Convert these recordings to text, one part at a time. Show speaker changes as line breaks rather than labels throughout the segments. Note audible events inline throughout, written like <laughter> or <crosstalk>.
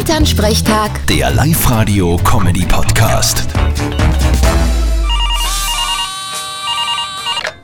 Elternsprechtag,
Der Live-Radio-Comedy-Podcast.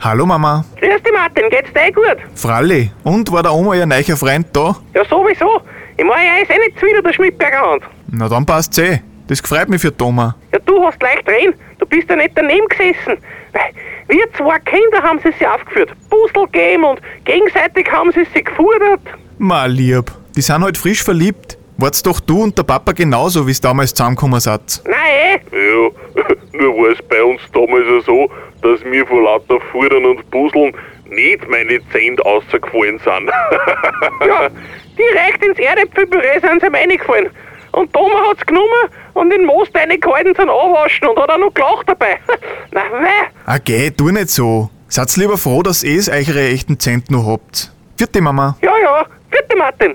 Hallo Mama,
Grüß dich, Martin, geht's dir eh gut?
Fralli, und war der Oma ihr neuer Freund da?
Ja, sowieso. Ich mache ja jetzt eh nicht zu wieder der Schmidberger Hand.
Na dann passt's eh. Das gefreut mich für die Oma.
Ja, du hast leicht rein. Du bist ja nicht daneben gesessen. Weil wir zwei Kinder haben sie sich aufgeführt. Puzzle gegeben und gegenseitig haben sie sich gefordert.
Ma lieb, die sind halt frisch verliebt. Wart's doch du und der Papa genauso, wie's damals zusammengekommen seid.
Nein, eh. <laughs>
Ja, <laughs> nur war es bei uns damals ja so, dass mir vor lauter Fudern und Puzzeln nicht meine Zähne rausgefallen sind. <laughs>
Ja, direkt ins Erdäpfelpüree sind sie ihm reingefallen. Und Thomas hat's genommen und in den Most reingehalten zum Anwaschen und hat auch noch gelacht dabei. <laughs> Na, weh.
Ah geh, tu nicht so. Seid's lieber froh, dass ihr's eure echten Zent noch habt. Vierte Mama.
Ja, ja. Vierte Martin.